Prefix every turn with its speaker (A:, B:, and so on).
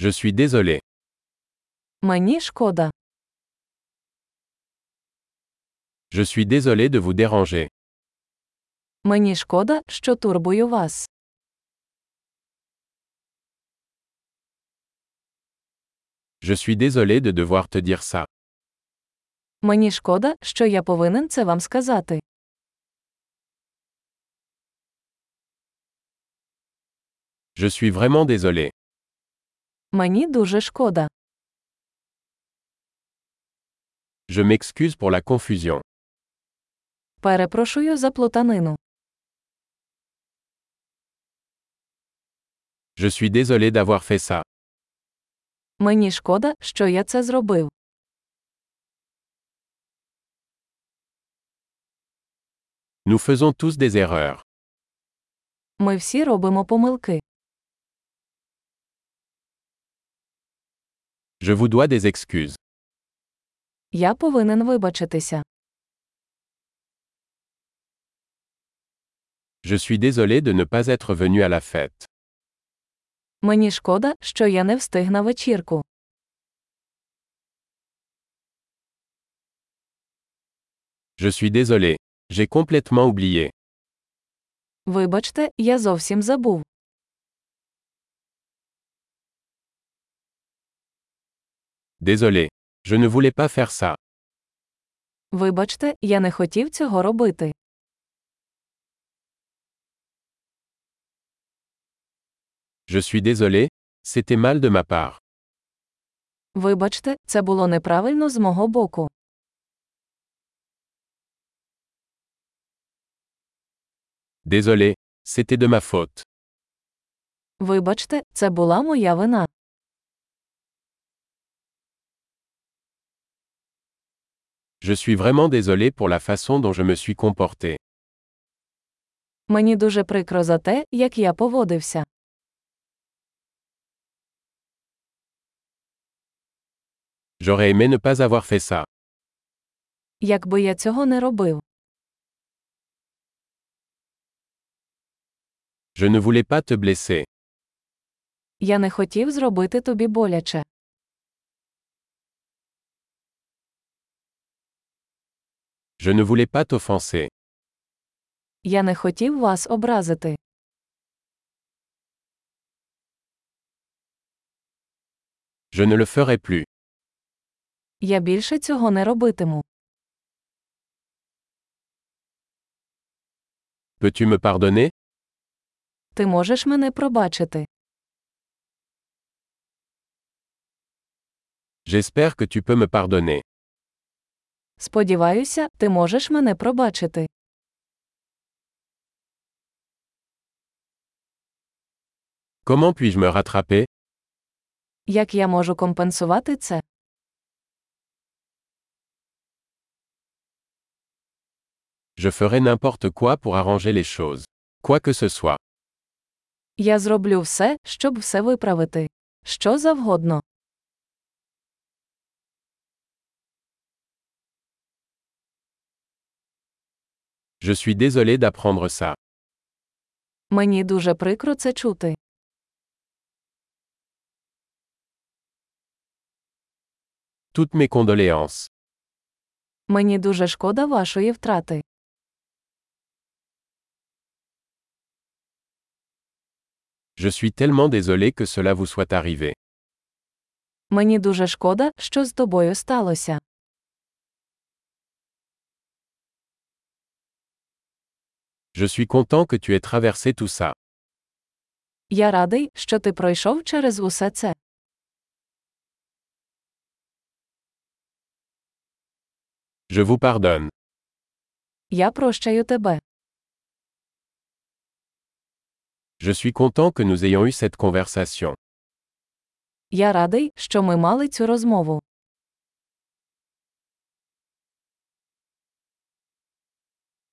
A: Je suis désolé.
B: Мені шкода.
A: Je suis désolé de vous déranger.
B: Мені шкода, що турбую вас.
A: Je suis désolé de devoir te dire ça.
B: Мені шкода, що я повинен це вам сказати.
A: Je suis vraiment désolé.
B: Мені дуже шкода.
A: Je m'excuse pour la confusion.
B: Перепрошую за плутанину.
A: Je suis désolé d'avoir fait ça.
B: Мені шкода, що я це зробив.
A: Nous faisons tous des erreurs.
B: Ми всі робимо помилки.
A: Je vous dois des excuses.
B: Я повинен вибачитися.
A: Je suis désolé de ne pas être venu à la fête.
B: Мені шкода, що я не встиг на вечірку.
A: Je suis désolé. J'ai complètement oublié.
B: Вибачте, я зовсім забув.
A: Désolé. Je ne voulais pas faire ça.
B: Вибачте, я не хотів цього робити.
A: Je suis désolé. C'était mal de ma part.
B: Вибачте, це було неправильно з мого боку.
A: Désolé. C'était de ma faute.
B: Вибачте, це була моя вина.
A: Je suis vraiment désolé pour la façon dont je me suis comporté.
B: Мені дуже прикро за те, як я поводився.
A: J'aurais aimé ne pas avoir fait ça.
B: Якби я цього не робив,
A: Je ne voulais pas te blesser.
B: я не хотів зробити тобі боляче.
A: Je ne voulais pas t'offenser.
B: Я не хотів вас образити.
A: Je ne le ferai plus.
B: Я більше цього не робитиму.
A: Peux-tu me pardonner
B: Ти можеш мене пробачити.
A: J'espère que tu peux me pardonner.
B: Сподіваюся, ти можеш мене пробачити.
A: Comment puis-je me rattraper
B: Як я можу компенсувати це?
A: Je ferai n'importe quoi pour arranger les choses. Quoi que ce soit.
B: Я зроблю все, щоб все виправити. Що завгодно.
A: Je suis désolé d'apprendre ça.
B: Мені дуже прикро це чути.
A: Toutes mes condoléances.
B: Мені дуже шкода вашої втрати.
A: Je suis tellement désolé que cela vous soit arrivé.
B: Мені дуже шкода, що з тобою сталося.
A: Je suis content que tu aies traversé tout ça.
B: Я радий, що ти пройшов через усе це.
A: Je vous pardonne.
B: Я прощаю тебе.
A: Je suis content que nous ayons eu cette conversation.
B: Я радий, що ми мали цю розмову.